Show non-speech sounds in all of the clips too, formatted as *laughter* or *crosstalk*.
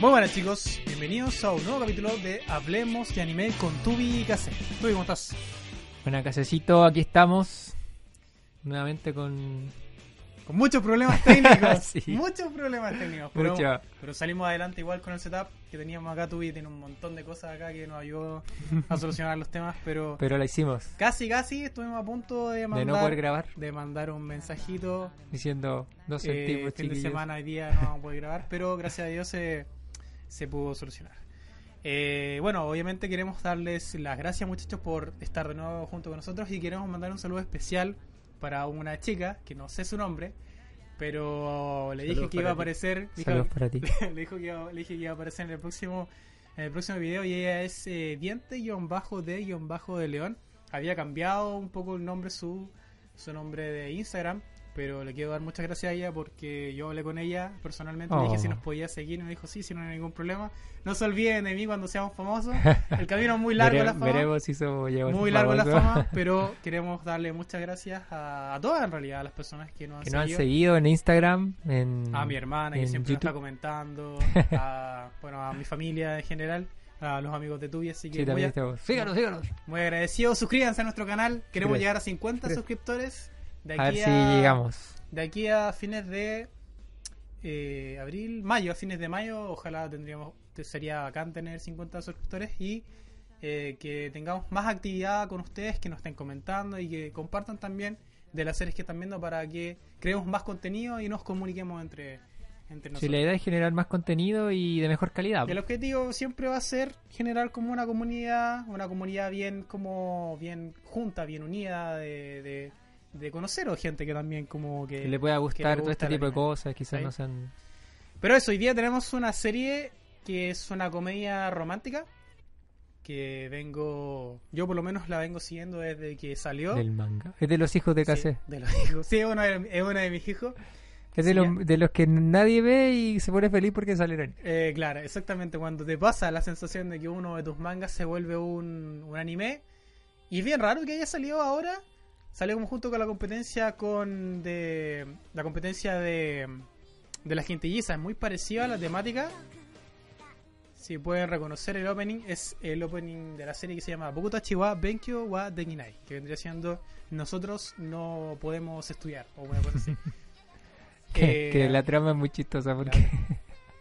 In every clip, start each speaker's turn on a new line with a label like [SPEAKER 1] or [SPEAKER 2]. [SPEAKER 1] Muy buenas chicos, bienvenidos a un nuevo capítulo de Hablemos de Anime con Tubi y Kase. Tubi, ¿cómo estás?
[SPEAKER 2] Buenas, casecito, aquí estamos. Nuevamente con.
[SPEAKER 1] Con muchos
[SPEAKER 2] *laughs*
[SPEAKER 1] problemas técnicos.
[SPEAKER 2] Sí.
[SPEAKER 1] Muchos problemas técnicos. Pero,
[SPEAKER 2] Mucho.
[SPEAKER 1] pero salimos adelante igual con el setup que teníamos acá. Tubi tiene un montón de cosas acá que nos ayudó a solucionar los temas, pero
[SPEAKER 2] *laughs* Pero la hicimos.
[SPEAKER 1] casi, casi estuvimos a punto de
[SPEAKER 2] De no poder
[SPEAKER 1] mandar,
[SPEAKER 2] grabar,
[SPEAKER 1] de mandar un mensajito
[SPEAKER 2] diciendo dos
[SPEAKER 1] Eh,
[SPEAKER 2] centimos,
[SPEAKER 1] fin de
[SPEAKER 2] chiquillos.
[SPEAKER 1] semana hoy día no vamos a poder grabar, pero gracias a Dios se, se pudo solucionar. Eh, bueno, obviamente queremos darles las gracias muchachos por estar de nuevo junto con nosotros y queremos mandar un saludo especial para una chica que no sé su nombre, pero le dije
[SPEAKER 3] Saludos
[SPEAKER 1] que iba a
[SPEAKER 3] para
[SPEAKER 1] aparecer, dijo-
[SPEAKER 2] Saludos para ti.
[SPEAKER 1] *laughs* le, dijo que iba- le dije que iba a aparecer en el próximo en el próximo video y ella es eh, diente guión bajo de guión bajo de león. Había cambiado un poco el nombre su su nombre de Instagram, pero le quiero dar muchas gracias a ella porque yo hablé con ella personalmente, le dije
[SPEAKER 2] Oh.
[SPEAKER 1] si nos podía seguir y me dijo sí, si no hay ningún problema. No se olviden de mí cuando seamos
[SPEAKER 2] *laughs*
[SPEAKER 1] famosos. El camino es muy largo
[SPEAKER 2] Vere-
[SPEAKER 1] la fama.
[SPEAKER 2] Veremos si somos llevamos
[SPEAKER 1] Muy largo la
[SPEAKER 2] famosos. *laughs*
[SPEAKER 1] fama, pero queremos darle muchas gracias a, a todas en realidad, a las personas que nos han
[SPEAKER 2] Que nos han
[SPEAKER 1] seguido.
[SPEAKER 2] seguido en Instagram, en.
[SPEAKER 1] A Ah, mi hermana que
[SPEAKER 2] en
[SPEAKER 1] siempre
[SPEAKER 2] YouTube.
[SPEAKER 1] está comentando,
[SPEAKER 2] *laughs*
[SPEAKER 1] a, bueno, a mi familia en general, a los amigos de Tubi, así que
[SPEAKER 2] Sí,
[SPEAKER 1] muy,
[SPEAKER 2] también
[SPEAKER 1] a-
[SPEAKER 2] estamos. Síganos, síganos.
[SPEAKER 1] muy agradecido. Suscríbanse a nuestro canal, queremos
[SPEAKER 2] Suscríbanse.
[SPEAKER 1] llegar a 50
[SPEAKER 2] Suscríbanse.
[SPEAKER 1] suscriptores de
[SPEAKER 2] A ver
[SPEAKER 1] aquí
[SPEAKER 2] si llegamos.
[SPEAKER 1] de aquí a fines de eh, abril, mayo, a fines de mayo, ojalá tendríamos, te- sería bacán tener 50 suscriptores y eh, que tengamos más actividad con ustedes, que nos estén comentando y que compartan también de las series que están viendo para que creemos más contenido y nos comuniquemos entre, entre
[SPEAKER 2] Si
[SPEAKER 1] nosotros.
[SPEAKER 2] la idea es generar más contenido y de mejor calidad.
[SPEAKER 1] El objetivo siempre va a ser generar como una comunidad, una comunidad bien como bien junta, bien unida, de, de, de conocer a gente que también como que...
[SPEAKER 2] Que le pueda gustar todo
[SPEAKER 1] gusta
[SPEAKER 2] este
[SPEAKER 1] el
[SPEAKER 2] tipo de
[SPEAKER 1] anime.
[SPEAKER 2] cosas, quizás
[SPEAKER 1] ¿Cachai?
[SPEAKER 2] no sean.
[SPEAKER 1] Pero eso, hoy día tenemos una serie que es una comedia romántica que vengo, yo por lo menos la vengo siguiendo desde que salió.
[SPEAKER 2] Del manga. Es de los hijos de Case.
[SPEAKER 1] Sí, de los hijos. Sí, es uno de, es uno de mis hijos.
[SPEAKER 2] Es de,
[SPEAKER 1] Sí,
[SPEAKER 2] los, de los que nadie ve y se pone feliz porque salieron.
[SPEAKER 1] Eh, claro, exactamente. Cuando te pasa la sensación de que uno de tus mangas se vuelve un, un anime. Y es bien raro que haya salido ahora. Salió como junto con la competencia con de la competencia de, de las quintillizas. Es muy parecida a la temática. Si pueden reconocer el opening, es el opening de la serie que se llama Bokuta Chiwa Benkyo wa Denginai. Que vendría siendo Nosotros no podemos estudiar. O una cosa así.
[SPEAKER 2] *laughs* Que,
[SPEAKER 1] Eh,
[SPEAKER 2] *laughs* que la trama es muy chistosa *laughs* porque.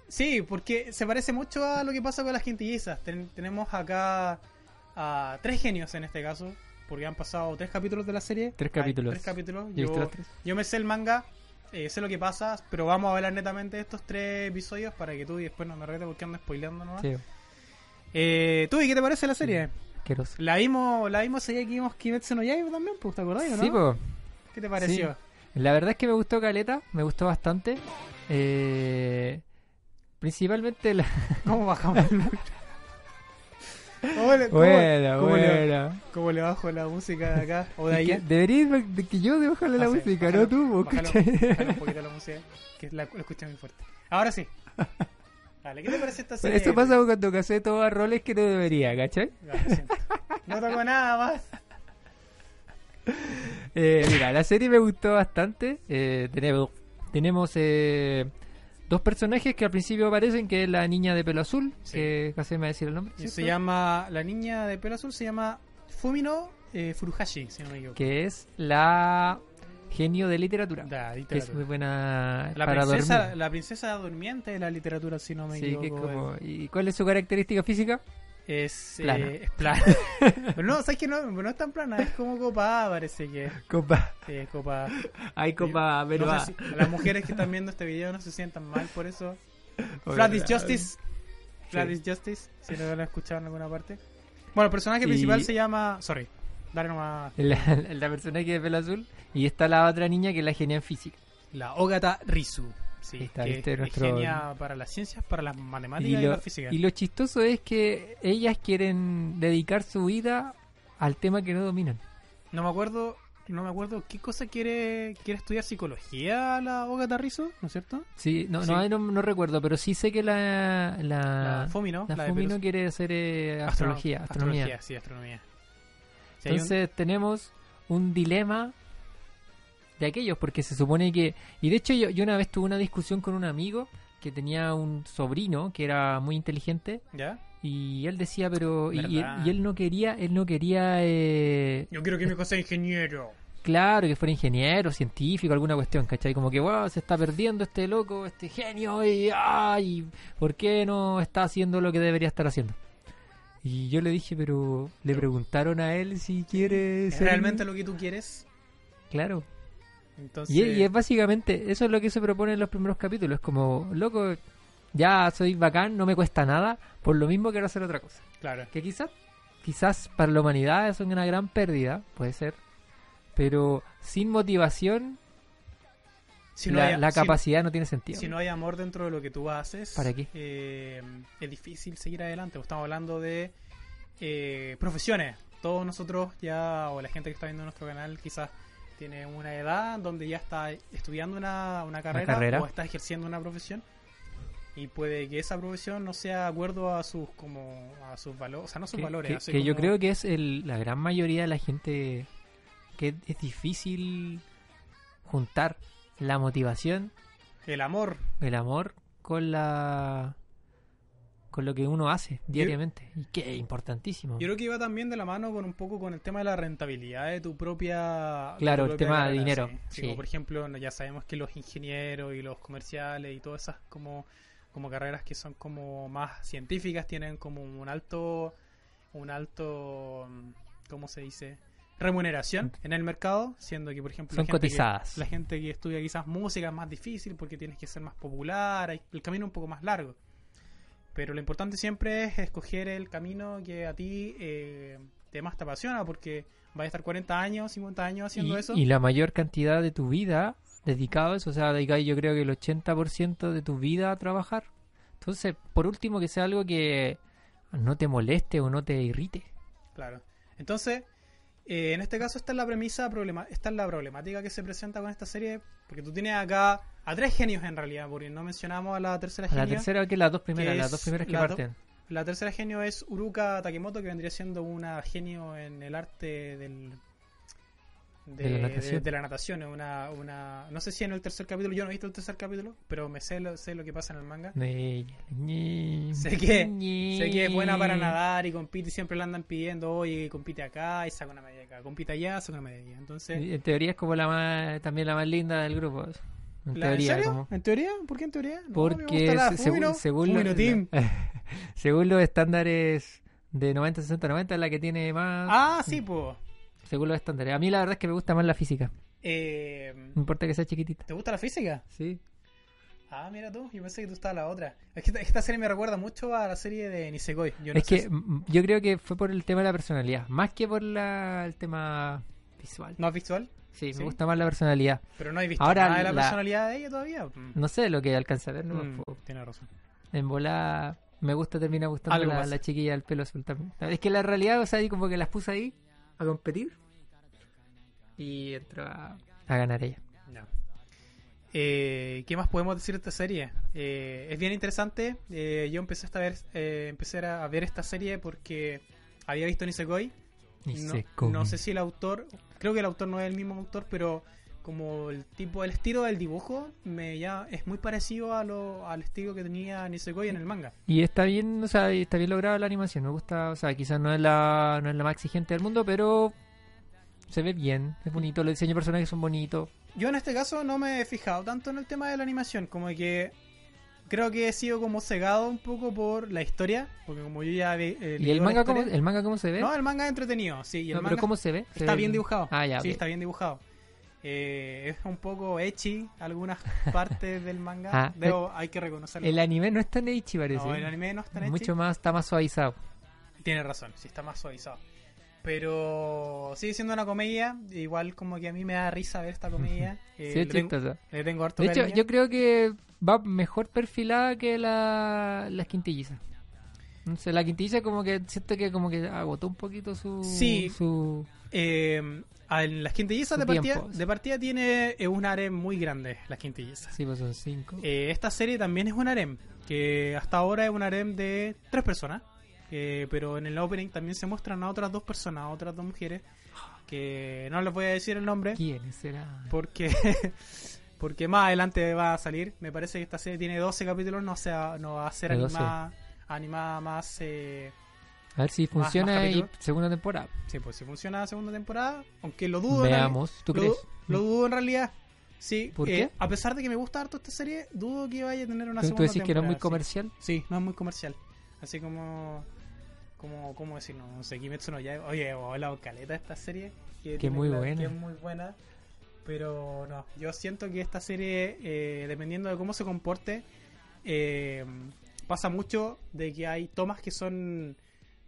[SPEAKER 1] Sí, porque se parece mucho a lo que pasa con las quintillizas. Ten- tenemos acá a tres genios en este caso, porque han pasado tres capítulos de la serie.
[SPEAKER 2] Tres
[SPEAKER 1] Hay
[SPEAKER 2] capítulos.
[SPEAKER 1] tres capítulos.
[SPEAKER 2] ¿Ya viste
[SPEAKER 1] Yo,
[SPEAKER 2] los tres?
[SPEAKER 1] yo me sé el manga, eh, sé lo que pasa, pero vamos a hablar netamente de estos tres episodios para que tú y después no me retes porque ando spoileando nomás.
[SPEAKER 2] Sí,
[SPEAKER 1] Eh, tú, ¿y qué te parece la serie?
[SPEAKER 2] asqueroso.
[SPEAKER 1] La vimos, la vimos ayer que vimos Kimetsu no Yaiba también, pues, ¿te acordás, o no?
[SPEAKER 2] Sí, po.
[SPEAKER 1] ¿Qué te pareció?
[SPEAKER 2] La verdad es que me gustó Caleta, me gustó bastante. Eh, principalmente la.
[SPEAKER 1] ¿Cómo bajamos
[SPEAKER 2] *laughs*
[SPEAKER 1] el micro? *laughs* ¿Cómo le- *laughs* cómo-
[SPEAKER 2] Buena,
[SPEAKER 1] cómo le-
[SPEAKER 2] buena.
[SPEAKER 1] ¿Cómo le bajo la música de acá? O de
[SPEAKER 2] Es que
[SPEAKER 1] ahí.
[SPEAKER 2] Deberías ba- de que yo de bajarle la
[SPEAKER 1] No sé,
[SPEAKER 2] música,
[SPEAKER 1] bájalo,
[SPEAKER 2] no tú,
[SPEAKER 1] bájalo,
[SPEAKER 2] escucha.
[SPEAKER 1] bájalo un poquito la música, que la, lo escuché muy fuerte. Ahora
[SPEAKER 2] *laughs*
[SPEAKER 1] sí. Dale, ¿qué te parece esta
[SPEAKER 2] Pero
[SPEAKER 1] serie?
[SPEAKER 2] *laughs* esto pasa cuando casé todos roles que no debería, ¿cachai?
[SPEAKER 1] Ya, lo siento. No toco nada más.
[SPEAKER 2] *laughs* Eh, mira, la serie me gustó bastante. Eh, tenemos tenemos eh, dos personajes que al principio aparecen, que es la niña de pelo azul,
[SPEAKER 1] Sí.
[SPEAKER 2] que casi me va a decir el nombre.
[SPEAKER 1] Y Se
[SPEAKER 2] ¿cierto?
[SPEAKER 1] llama, la niña de pelo azul se llama Fumino eh, Furuhashi, si no me equivoco.
[SPEAKER 2] Que es la genio de literatura.
[SPEAKER 1] Da,
[SPEAKER 2] que es muy
[SPEAKER 1] literatura.
[SPEAKER 2] buena
[SPEAKER 1] La
[SPEAKER 2] para
[SPEAKER 1] princesa,
[SPEAKER 2] dormir.
[SPEAKER 1] la princesa durmiente de la literatura, si no me
[SPEAKER 2] Sí,
[SPEAKER 1] equivoco.
[SPEAKER 2] que es como- ¿Y cuál es su característica física?
[SPEAKER 1] Es eh,
[SPEAKER 2] Plana.
[SPEAKER 1] es
[SPEAKER 2] *laughs*
[SPEAKER 1] plana. Pero no, sabes que no, no es tan plana, es como copada, parece que. es.
[SPEAKER 2] Copa.
[SPEAKER 1] Sí, es copada.
[SPEAKER 2] Ay, copa, pero
[SPEAKER 1] No
[SPEAKER 2] va.
[SPEAKER 1] sé si- las mujeres que están viendo este video no se sientan mal por *laughs* eso.
[SPEAKER 2] Ojalá.
[SPEAKER 1] Flat is Justice. Flat is Justice, si no lo han escuchado en alguna parte. Bueno, el personaje
[SPEAKER 2] Y-
[SPEAKER 1] principal se llama. Sorry, dale nomás.
[SPEAKER 2] La, la- la personaje de pelo azul. Y está la otra niña que es la genia en física.
[SPEAKER 1] La Ogata Rizu. Sí,
[SPEAKER 2] Ahí está,
[SPEAKER 1] que
[SPEAKER 2] viste,
[SPEAKER 1] es
[SPEAKER 2] nuestro-
[SPEAKER 1] genia para las ciencias, para las matemáticas
[SPEAKER 2] Y
[SPEAKER 1] este y,
[SPEAKER 2] lo,
[SPEAKER 1] la física.
[SPEAKER 2] y lo chistoso es que ellas quieren dedicar su vida al tema que no dominan.
[SPEAKER 1] No me acuerdo. No me acuerdo qué cosa quiere quiere estudiar psicología la Ogata Rizu, ¿no es cierto?
[SPEAKER 2] Sí, no,
[SPEAKER 1] Sí.
[SPEAKER 2] No, no, no recuerdo, pero sí sé que la, la,
[SPEAKER 1] la Fumino,
[SPEAKER 2] Ah, la
[SPEAKER 1] la de
[SPEAKER 2] Fumino
[SPEAKER 1] Perú.
[SPEAKER 2] quiere hacer eh,
[SPEAKER 1] Astro-
[SPEAKER 2] astrología, astronomía.
[SPEAKER 1] astrología, sí, astronomía. Sí, hay un-
[SPEAKER 2] Entonces tenemos un dilema de aquellos, porque se supone que... Y de hecho yo, yo una vez tuve una discusión con un amigo que tenía un sobrino que era muy inteligente
[SPEAKER 1] ¿Ya?
[SPEAKER 2] y él decía, pero y, y él,
[SPEAKER 1] ¿Verdad?
[SPEAKER 2] y él no quería, él no quería, eh,
[SPEAKER 1] Yo quiero que mi hijo sea ingeniero.
[SPEAKER 2] claro, que fuera ingeniero, científico, alguna cuestión, ¿cachai? Como que, wow, se está perdiendo este loco, este genio y, ay, ¿por qué no está haciendo lo que debería estar haciendo? Y yo le dije, pero le preguntaron a él si quiere
[SPEAKER 1] ¿Es
[SPEAKER 2] ser-
[SPEAKER 1] realmente lo que tú quieres?
[SPEAKER 2] claro.
[SPEAKER 1] Entonces,
[SPEAKER 2] Y, es- y es básicamente, eso es lo que se propone en los primeros capítulos. Es como, loco, ya soy bacán, no me cuesta nada, por lo mismo quiero hacer otra cosa.
[SPEAKER 1] claro.
[SPEAKER 2] Que quizás, quizás para la humanidad es una gran pérdida, puede ser. Pero sin motivación,
[SPEAKER 1] Si
[SPEAKER 2] la,
[SPEAKER 1] hay-
[SPEAKER 2] la
[SPEAKER 1] si-
[SPEAKER 2] capacidad no tiene
[SPEAKER 1] Si,
[SPEAKER 2] sentido.
[SPEAKER 1] no hay amor dentro de lo que tú haces,
[SPEAKER 2] ¿Para qué?
[SPEAKER 1] eh, es difícil seguir adelante. Estamos hablando de eh, profesiones. Todos nosotros ya, o la gente que está viendo nuestro canal, quizás tiene una edad donde ya está estudiando una, una carrera,
[SPEAKER 2] carrera.
[SPEAKER 1] o está ejerciendo una profesión. Y puede que esa profesión no sea de acuerdo a sus como a sus valores, o sea, no sus
[SPEAKER 2] que,
[SPEAKER 1] valores.
[SPEAKER 2] que-
[SPEAKER 1] así
[SPEAKER 2] que yo
[SPEAKER 1] como-
[SPEAKER 2] creo que es el- la gran mayoría de la gente que es- es difícil juntar la motivación
[SPEAKER 1] el amor
[SPEAKER 2] el amor con la con lo que uno hace diariamente y que es importantísimo
[SPEAKER 1] Yo creo que iba también de la mano con un poco con el tema de la rentabilidad de tu propia. de tu
[SPEAKER 2] Claro, el
[SPEAKER 1] propia
[SPEAKER 2] tema de
[SPEAKER 1] carrera,
[SPEAKER 2] dinero,
[SPEAKER 1] sí. Sí,
[SPEAKER 2] sí.
[SPEAKER 1] como por ejemplo, no, ya sabemos que los ingenieros y los comerciales y todas esas como, como carreras que son como más científicas tienen como un alto. Un alto. mm, ¿Cómo se dice? Remuneración en el mercado, siendo que, por ejemplo,
[SPEAKER 2] Son
[SPEAKER 1] la gente que-
[SPEAKER 2] cotizadas.
[SPEAKER 1] la gente que estudia quizás música es más difícil porque tienes que ser más popular, hay- el camino es un poco más largo. Pero lo importante siempre es escoger el camino que a ti eh, te más te apasiona, porque vas a estar 40 años, 50 años haciendo
[SPEAKER 2] y,
[SPEAKER 1] eso.
[SPEAKER 2] y la mayor cantidad de tu vida dedicado a eso o sea dedicado yo creo que el 80% de tu vida a trabajar entonces por último que sea algo que no te moleste o no te irrite
[SPEAKER 1] Claro. Entonces, eh, en este caso esta es la premisa, problema, esta es la problemática que se presenta con esta serie, porque tú tienes acá a tres genios en realidad, porque no mencionamos a la tercera
[SPEAKER 2] la
[SPEAKER 1] genio.
[SPEAKER 2] tercera que las dos primeras
[SPEAKER 1] que
[SPEAKER 2] las
[SPEAKER 1] es
[SPEAKER 2] dos primeras que
[SPEAKER 1] las do-
[SPEAKER 2] parten
[SPEAKER 1] La tercera genio es Uruka Takemoto, que vendría siendo una genio en el arte del.
[SPEAKER 2] De la natación.
[SPEAKER 1] de- de la natación, es una, una- No sé si en el tercer capítulo, yo no he visto el tercer capítulo, pero me sé lo, sé lo que pasa en el manga.
[SPEAKER 2] Ñe, Ñe,
[SPEAKER 1] Sé que-
[SPEAKER 2] Ñe.
[SPEAKER 1] Sé que es buena para nadar y compite, y siempre le andan pidiendo, oye, compite acá y saca una medalla acá, compite allá, saca una medalla. Entonces,
[SPEAKER 2] en teoría es como la más también la más linda del grupo en
[SPEAKER 1] la-
[SPEAKER 2] teoría
[SPEAKER 1] ¿en serio?
[SPEAKER 2] como
[SPEAKER 1] ¿En teoría? ¿Por qué en teoría? No, a mí me
[SPEAKER 2] Porque
[SPEAKER 1] gusta la
[SPEAKER 2] se- según-
[SPEAKER 1] Fumino,
[SPEAKER 2] según, lo-
[SPEAKER 1] Fumino
[SPEAKER 2] *laughs*
[SPEAKER 1] Team.
[SPEAKER 2] según los estándares de 90, 60, 90 es la que tiene más.
[SPEAKER 1] Ah, sí, pues.
[SPEAKER 2] Según los estándares. A mí la verdad es que me gusta más la física. No importa que sea chiquitita.
[SPEAKER 1] Eh, ¿Te gusta la física?
[SPEAKER 2] Sí.
[SPEAKER 1] Ah, mira tú, yo pensé que tú estabas la otra. Es que esta, esta serie me recuerda mucho a la serie de Nisekoi. Yo no
[SPEAKER 2] es
[SPEAKER 1] sé
[SPEAKER 2] que
[SPEAKER 1] si-
[SPEAKER 2] mm, yo creo que fue por el tema de la personalidad. Más que por la, el tema visual.
[SPEAKER 1] No es visual,
[SPEAKER 2] Sí,
[SPEAKER 1] ¿Sí?
[SPEAKER 2] me gusta más la personalidad.
[SPEAKER 1] pero no he visto
[SPEAKER 2] Ahora
[SPEAKER 1] nada de la,
[SPEAKER 2] la-
[SPEAKER 1] personalidad de ella todavía. Mm.
[SPEAKER 2] No sé lo que alcanza a ver. ¿no?
[SPEAKER 1] Mm,
[SPEAKER 2] Po-
[SPEAKER 1] Tienes razón.
[SPEAKER 2] En volar. Me gusta termina gustando
[SPEAKER 1] Algo
[SPEAKER 2] la,
[SPEAKER 1] pasa.
[SPEAKER 2] la chiquilla del pelo azul también. Es que la realidad, o sea, ahí como que las puse ahí a competir. Y entró a, a ganar ella.
[SPEAKER 1] Ya. Eh, ¿Qué más podemos decir de esta serie? Eh, es bien interesante. eh, yo empecé, esta ver, eh, empecé a ver esta serie porque había visto Nisekoi.
[SPEAKER 2] Y
[SPEAKER 1] no,
[SPEAKER 2] se
[SPEAKER 1] no
[SPEAKER 2] come.
[SPEAKER 1] sé si el autor, creo que el autor no es el mismo autor, pero como el tipo, el estilo del dibujo me ya es muy parecido a lo, al estilo que tenía Nisekoi en el manga.
[SPEAKER 2] Y está bien, o sea, y está bien lograda la animación, me gusta, o sea, quizás no es la, no es la más exigente del mundo, pero se ve bien, es bonito, los diseños de personajes son bonitos.
[SPEAKER 1] Yo en este caso no me he fijado tanto en el tema de la animación, como que creo que he sido como cegado un poco por la historia, porque como yo ya ve, eh,
[SPEAKER 2] ¿Y
[SPEAKER 1] leí
[SPEAKER 2] el
[SPEAKER 1] la
[SPEAKER 2] manga, cómo,
[SPEAKER 1] historia-
[SPEAKER 2] el manga cómo se ve?
[SPEAKER 1] No, el manga es entretenido, sí, y el
[SPEAKER 2] No,
[SPEAKER 1] manga
[SPEAKER 2] pero ¿cómo se ve? ¿Se
[SPEAKER 1] está
[SPEAKER 2] ve
[SPEAKER 1] bien dibujado.
[SPEAKER 2] Ah, ya,
[SPEAKER 1] sí,
[SPEAKER 2] ok.
[SPEAKER 1] está bien dibujado. Eh, es un poco ecchi
[SPEAKER 2] *laughs*
[SPEAKER 1] algunas partes del manga,
[SPEAKER 2] Ah,
[SPEAKER 1] debo, hay que reconocerlo.
[SPEAKER 2] El anime no es tan ecchi, parece.
[SPEAKER 1] No, el anime no está tan
[SPEAKER 2] Mucho más, está más suavizado.
[SPEAKER 1] Tiene razón, sí está más suavizado. Pero sigue siendo una comedia, igual como que a mí me da risa ver esta comedia.
[SPEAKER 2] *laughs*
[SPEAKER 1] Eh,
[SPEAKER 2] Sí,
[SPEAKER 1] le,
[SPEAKER 2] es
[SPEAKER 1] tengo,
[SPEAKER 2] chistoso.
[SPEAKER 1] le tengo harto
[SPEAKER 2] De hecho,
[SPEAKER 1] cariño.
[SPEAKER 2] yo creo que va mejor perfilada que la, las quintillizas. No sé, la quintilliza como que siento que como que agotó un poquito su...
[SPEAKER 1] Sí.
[SPEAKER 2] su-
[SPEAKER 1] Eh, a- en las quintillizas
[SPEAKER 2] Su
[SPEAKER 1] de partida,
[SPEAKER 2] tiempo.
[SPEAKER 1] de partida tiene eh, un harem muy grande, las quintillizas.
[SPEAKER 2] Sí, pues son cinco.
[SPEAKER 1] Eh, esta serie también es un harem, que hasta ahora es un harem de tres personas, eh, pero en el opening también se muestran a otras dos personas, a otras dos mujeres, que no les voy a decir el nombre
[SPEAKER 2] ¿Quién será?
[SPEAKER 1] porque *laughs* Porque más adelante va a salir. Me parece que esta serie tiene 12 capítulos, no, sea, no va a ser
[SPEAKER 2] De 12.
[SPEAKER 1] animada, animada más... eh,
[SPEAKER 2] A ver si
[SPEAKER 1] más
[SPEAKER 2] funciona y
[SPEAKER 1] capítulos.
[SPEAKER 2] segunda temporada.
[SPEAKER 1] sí, pues si funciona la segunda temporada, aunque lo dudo. en realidad.
[SPEAKER 2] Veamos, ¿tú
[SPEAKER 1] lo,
[SPEAKER 2] crees?
[SPEAKER 1] lo dudo en realidad. Sí,
[SPEAKER 2] ¿Por
[SPEAKER 1] eh,
[SPEAKER 2] qué?
[SPEAKER 1] a pesar de que me gusta harto esta serie, dudo que vaya a tener una
[SPEAKER 2] ¿Tú,
[SPEAKER 1] segunda
[SPEAKER 2] tú decís que no
[SPEAKER 1] temporada,
[SPEAKER 2] es muy
[SPEAKER 1] sí.
[SPEAKER 2] comercial?
[SPEAKER 1] Sí, no es muy comercial. Así como. como ¿Cómo decirlo? No sé, Kimetsu no ya. Oye, hemos hablado caleta de esta serie. Que, tiene
[SPEAKER 2] muy
[SPEAKER 1] la-
[SPEAKER 2] buena.
[SPEAKER 1] Que es muy buena. Pero no, yo siento que esta serie, eh, dependiendo de cómo se comporte, eh, pasa mucho de que hay tomas que son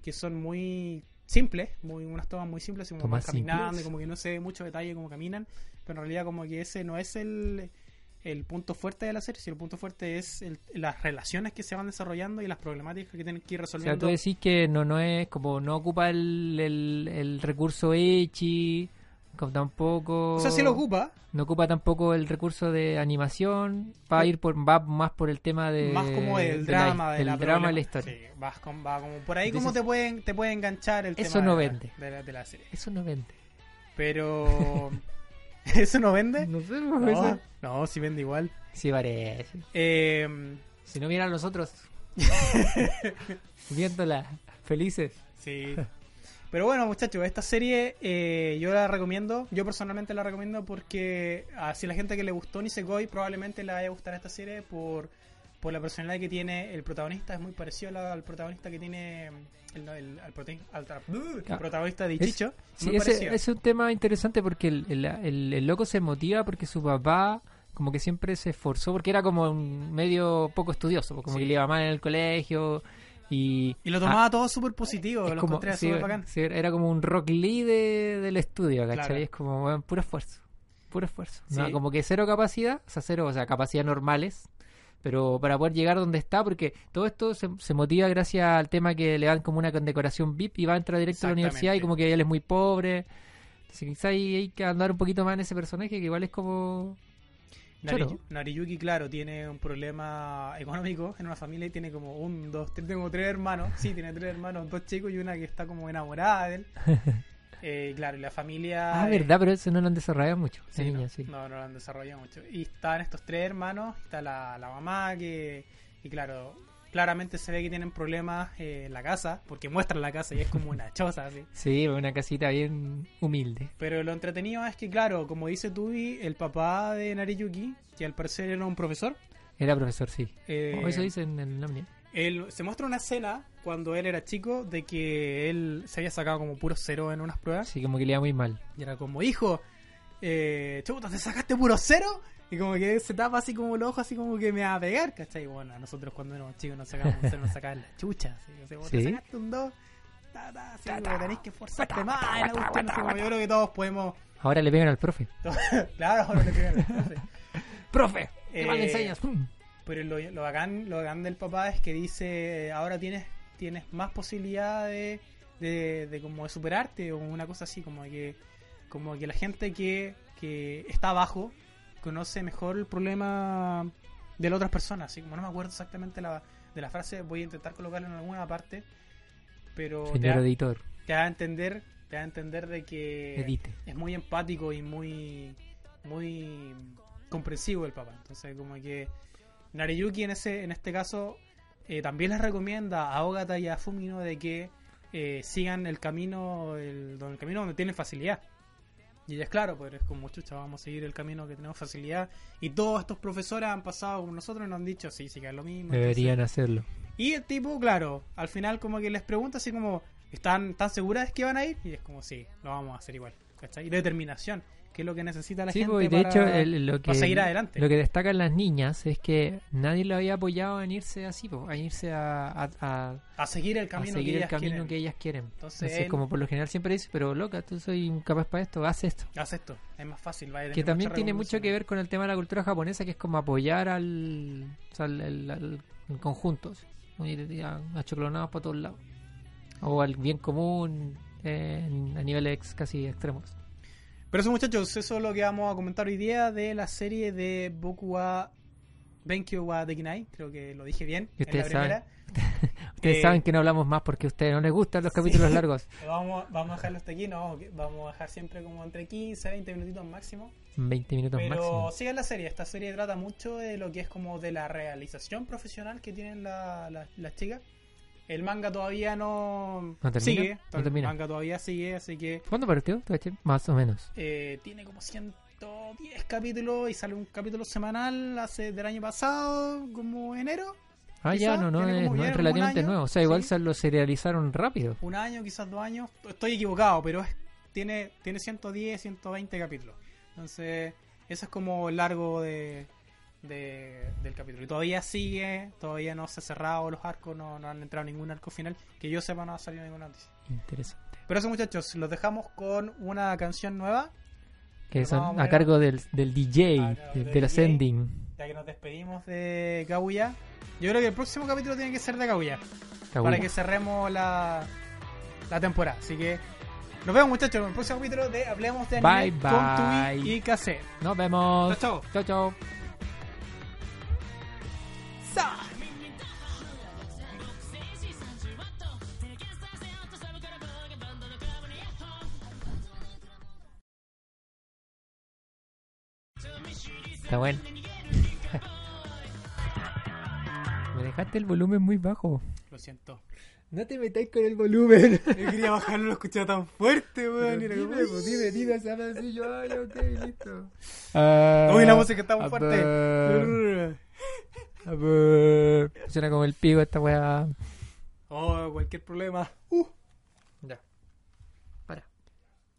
[SPEAKER 1] que son muy simples, muy unas tomas muy simples, como
[SPEAKER 2] Tomas
[SPEAKER 1] caminando,
[SPEAKER 2] simples.
[SPEAKER 1] y como que no se ve mucho detalle cómo caminan, pero en realidad como que ese no es el, el punto fuerte de la serie, sino el punto fuerte es el- las relaciones que se van desarrollando y las problemáticas que tienen que ir
[SPEAKER 2] O sea, tú
[SPEAKER 1] resolviendo.
[SPEAKER 2] decís que no, no es como no ocupa el, el, el recurso Echi, tampoco.
[SPEAKER 1] o sea, sí lo ocupa,
[SPEAKER 2] No ocupa tampoco el recurso de animación, va a
[SPEAKER 1] Sí.
[SPEAKER 2] ir por, va más por el tema de.
[SPEAKER 1] más como el
[SPEAKER 2] de
[SPEAKER 1] drama
[SPEAKER 2] la,
[SPEAKER 1] de
[SPEAKER 2] del
[SPEAKER 1] la
[SPEAKER 2] drama de la
[SPEAKER 1] problema-
[SPEAKER 2] historia.
[SPEAKER 1] Sí, vas con- va como por ahí como
[SPEAKER 2] Entonces,
[SPEAKER 1] te pueden te puede enganchar el
[SPEAKER 2] eso
[SPEAKER 1] tema
[SPEAKER 2] no
[SPEAKER 1] de la-
[SPEAKER 2] vende.
[SPEAKER 1] de la- de la serie.
[SPEAKER 2] Eso no vende.
[SPEAKER 1] Pero *laughs* eso no vende.
[SPEAKER 2] No sé,
[SPEAKER 1] ¿Eh? No, no, sí vende igual.
[SPEAKER 2] Sí, parece.
[SPEAKER 1] Eh,
[SPEAKER 2] Si no miran a nosotros.
[SPEAKER 1] *laughs*
[SPEAKER 2] Viéndola, felices.
[SPEAKER 1] sí. Pero bueno, muchachos, esta serie eh, yo la recomiendo. Yo personalmente la recomiendo porque así la gente que le gustó Nisekoi probablemente le vaya a gustar esta serie por, por la personalidad que tiene el protagonista. Es muy parecido al, al protagonista que tiene. El, el- al, prote- al tra-
[SPEAKER 2] Ah.
[SPEAKER 1] protagonista de
[SPEAKER 2] Es-
[SPEAKER 1] Ichicho.
[SPEAKER 2] Sí,
[SPEAKER 1] muy
[SPEAKER 2] ese,
[SPEAKER 1] parecido.
[SPEAKER 2] ese es un tema interesante porque el, el- el- el loco se motiva porque su papá como que siempre se esforzó porque era como un medio poco estudioso, pues, como
[SPEAKER 1] Sí.
[SPEAKER 2] que le iba mal en el colegio y...
[SPEAKER 1] Y lo tomaba todo súper positivo.
[SPEAKER 2] ah, es
[SPEAKER 1] Lo
[SPEAKER 2] como-
[SPEAKER 1] encontré
[SPEAKER 2] sí,
[SPEAKER 1] súper bacán.
[SPEAKER 2] sí, era como un rock lee de- del estudio, ¿cachai?
[SPEAKER 1] Claro.
[SPEAKER 2] Es como bueno, puro esfuerzo, puro esfuerzo. ¿no?
[SPEAKER 1] Sí.
[SPEAKER 2] Como que cero capacidad, o sea, cero, o sea, capacidad normales, pero para poder llegar donde está, porque todo esto se, se motiva gracias al tema que le dan como una condecoración VIP y va a entrar directo a la universidad y
[SPEAKER 1] Exactamente.
[SPEAKER 2] como que él es muy pobre. Entonces quizá ahí hay que andar un poquito más en ese personaje que igual es como...
[SPEAKER 1] Nariyu-
[SPEAKER 2] Choro.
[SPEAKER 1] Nariyuki, claro, tiene un problema económico en una familia y tiene como un, dos, tres, tengo tres hermanos. Sí, tiene tres hermanos, dos chicos y una que está como enamorada
[SPEAKER 2] *laughs*
[SPEAKER 1] de él. Eh, claro, y la familia.
[SPEAKER 2] Ah,
[SPEAKER 1] eh,
[SPEAKER 2] verdad, pero eso no lo han desarrollado mucho.
[SPEAKER 1] sí,
[SPEAKER 2] la niña,
[SPEAKER 1] no,
[SPEAKER 2] sí.
[SPEAKER 1] no, no lo han desarrollado mucho. Y están estos tres hermanos, está la, la mamá que. Y claro, claramente se ve que tienen problemas eh, en la casa, porque muestran la casa y es como
[SPEAKER 2] *laughs*
[SPEAKER 1] una choza, así.
[SPEAKER 2] Sí, una casita bien humilde.
[SPEAKER 1] Pero lo entretenido es que, claro, como dice Tubi, el papá de Nariyuki, que al parecer era un profesor.
[SPEAKER 2] Era profesor, sí.
[SPEAKER 1] eh,
[SPEAKER 2] Oh, eso dicen en el Omnia.
[SPEAKER 1] Él, se muestra una escena cuando él era chico de que él se había sacado como puro cero en unas pruebas.
[SPEAKER 2] Sí, como que le iba muy mal.
[SPEAKER 1] Y era como, hijo, eh, chuta, ¿te sacaste puro cero? Y como que se tapa así como los ojos, así como que me va a pegar, ¿cachai? Bueno, a nosotros cuando éramos chicos nos sacábamos un cero, nos sacaban la chucha. Así, o sea, vos
[SPEAKER 2] Sí.
[SPEAKER 1] te sacaste un dos, ta, ta, así como que tenés que esforzarte más en la cuestión, así como yo creo que todos podemos...
[SPEAKER 2] Ahora le pegan al profe.
[SPEAKER 1] claro, *laughs* ahora le pegan las cosas.
[SPEAKER 2] ¡Profe!
[SPEAKER 1] Eh,
[SPEAKER 2] ¡Qué mal le enseñas! ¡Pum!
[SPEAKER 1] Pero lo, lo, bacán, lo bacán del papá es que dice, eh, ahora tienes, tienes más posibilidad de, de, de como de superarte o una cosa así, como que, como que la gente que, que está abajo conoce mejor el problema de las otras personas, así como no me acuerdo exactamente la, de la frase, voy a intentar colocarla en alguna parte, pero te
[SPEAKER 2] Señor
[SPEAKER 1] da,
[SPEAKER 2] editor,
[SPEAKER 1] te da a entender, te da a entender de que
[SPEAKER 2] edite.
[SPEAKER 1] es muy empático y muy muy comprensivo el papá. Entonces, como que Nariyuki en ese en este caso eh, también les recomienda a Ogata y a Fumino de que eh, sigan el camino el, don- el camino donde tienen facilidad. Y es claro, pues es como chucha, vamos a seguir el camino que tenemos facilidad. Y todos estos profesores han pasado con nosotros y nos han dicho, sí, sí, que es lo mismo. entonces-
[SPEAKER 2] Deberían hacerlo.
[SPEAKER 1] y el tipo, claro, al final como que les pregunta así como, ¿están tan seguras que van a ir? Y es como, sí, lo vamos a hacer igual. ¿cachai? Y determinación, que es lo que necesita la
[SPEAKER 2] Sí,
[SPEAKER 1] gente
[SPEAKER 2] pues, y de
[SPEAKER 1] para,
[SPEAKER 2] hecho, el- lo, que,
[SPEAKER 1] para seguir adelante.
[SPEAKER 2] lo que destacan las niñas es que nadie lo había apoyado en irse así, po, a irse a, a- a- a
[SPEAKER 1] a seguir el camino
[SPEAKER 2] seguir
[SPEAKER 1] que
[SPEAKER 2] el
[SPEAKER 1] ellas
[SPEAKER 2] camino
[SPEAKER 1] quieren.
[SPEAKER 2] que ellas quieren.
[SPEAKER 1] Entonces
[SPEAKER 2] Entonces,
[SPEAKER 1] él-
[SPEAKER 2] como por lo general siempre dice, pero loca, tú soy incapaz para esto, haz esto.
[SPEAKER 1] Haz esto, es más fácil. Va a tener
[SPEAKER 2] Que también
[SPEAKER 1] mucha
[SPEAKER 2] tiene mucho que
[SPEAKER 1] revolución.
[SPEAKER 2] ver con el tema de la cultura japonesa, que es como apoyar al, o sea, al, al- al- al conjunto, sí. Unir a, a choclonados para todos lados. O al bien común eh, en- a niveles ex- casi extremos.
[SPEAKER 1] Pero eso muchachos, eso es lo que vamos a comentar hoy día de la serie de Boku wa Benkyo wa Dekinai, creo que lo dije bien,
[SPEAKER 2] Y
[SPEAKER 1] en la
[SPEAKER 2] ustedes saben.
[SPEAKER 1] primera.
[SPEAKER 2] Ustedes
[SPEAKER 1] Eh,
[SPEAKER 2] saben que no hablamos más porque a ustedes no les gustan los
[SPEAKER 1] *laughs*
[SPEAKER 2] capítulos largos.
[SPEAKER 1] Vamos, vamos a dejarlo hasta aquí, no, vamos- vamos a dejar siempre como entre 15, 20 minutitos máximo.
[SPEAKER 2] 20 minutos
[SPEAKER 1] Pero
[SPEAKER 2] máximo.
[SPEAKER 1] sigan la serie, esta serie trata mucho de lo que es como de la realización profesional que tienen la- la- las chicas. El manga todavía no,
[SPEAKER 2] ¿No termina?
[SPEAKER 1] sigue,
[SPEAKER 2] No termina.
[SPEAKER 1] el manga todavía sigue, así que
[SPEAKER 2] ¿Cuándo partió? Togache? Más o menos.
[SPEAKER 1] eh, tiene como 110 capítulos y sale un capítulo semanal hace del año pasado, como enero,
[SPEAKER 2] Ah, ya,
[SPEAKER 1] Quizás
[SPEAKER 2] no, no,
[SPEAKER 1] tiene
[SPEAKER 2] es,
[SPEAKER 1] como
[SPEAKER 2] no
[SPEAKER 1] ya
[SPEAKER 2] es
[SPEAKER 1] un
[SPEAKER 2] relativamente
[SPEAKER 1] año,
[SPEAKER 2] nuevo. O sea, igual
[SPEAKER 1] sí.
[SPEAKER 2] se lo serializaron rápido.
[SPEAKER 1] un año, quizás dos años. Estoy equivocado, pero es- tiene, tiene 110, 120 capítulos. Entonces, eso es como el largo de, de- del capítulo. Y todavía sigue, todavía no se ha cerrado los arcos, no, no han entrado ningún arco final. Que yo sepa, no ha salido ninguna noticia.
[SPEAKER 2] Interesante.
[SPEAKER 1] Pero eso, muchachos, los dejamos con una canción nueva.
[SPEAKER 2] Que
[SPEAKER 1] Pero
[SPEAKER 2] son
[SPEAKER 1] más o
[SPEAKER 2] a
[SPEAKER 1] menos-
[SPEAKER 2] cargo del, del DJ,
[SPEAKER 1] Ah, claro,
[SPEAKER 2] del,
[SPEAKER 1] del
[SPEAKER 2] del
[SPEAKER 1] DJ.
[SPEAKER 2] Ascending.
[SPEAKER 1] Ya que nos despedimos de Kaguya. Yo creo que el próximo capítulo tiene que ser de Kaguya. Para
[SPEAKER 2] Kaguya.
[SPEAKER 1] que cerremos la, la temporada. Así que nos vemos, muchachos, en el próximo capítulo de Hablemos de Anime
[SPEAKER 2] Bye,
[SPEAKER 1] con
[SPEAKER 2] bye.
[SPEAKER 1] Tui y Cassette. Chao,
[SPEAKER 2] Nos vemos.
[SPEAKER 1] chao.
[SPEAKER 2] Chao, chao. Está bueno. *laughs* Me dejaste el volumen muy bajo.
[SPEAKER 1] Lo siento.
[SPEAKER 2] No te metáis con el
[SPEAKER 1] *laughs*
[SPEAKER 2] volumen.
[SPEAKER 1] Yo quería bajarlo, lo escuchaba tan fuerte, weón. y era como,
[SPEAKER 2] Dime,
[SPEAKER 1] uy.
[SPEAKER 2] dime, dime, sabes así yo, ay, ok, listo.
[SPEAKER 1] Uy, la música está muy
[SPEAKER 2] Ah,
[SPEAKER 1] fuerte.
[SPEAKER 2] Ah, bu- Suena como el pico esta weá.
[SPEAKER 1] Oh, cualquier problema. Uh.